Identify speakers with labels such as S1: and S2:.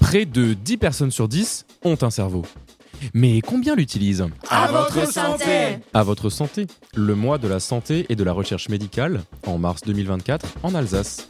S1: près de 10 personnes sur 10 ont un cerveau. Mais combien l'utilisent
S2: À votre santé
S1: À votre santé, le mois de la santé et de la recherche médicale, en mars 2024, en Alsace.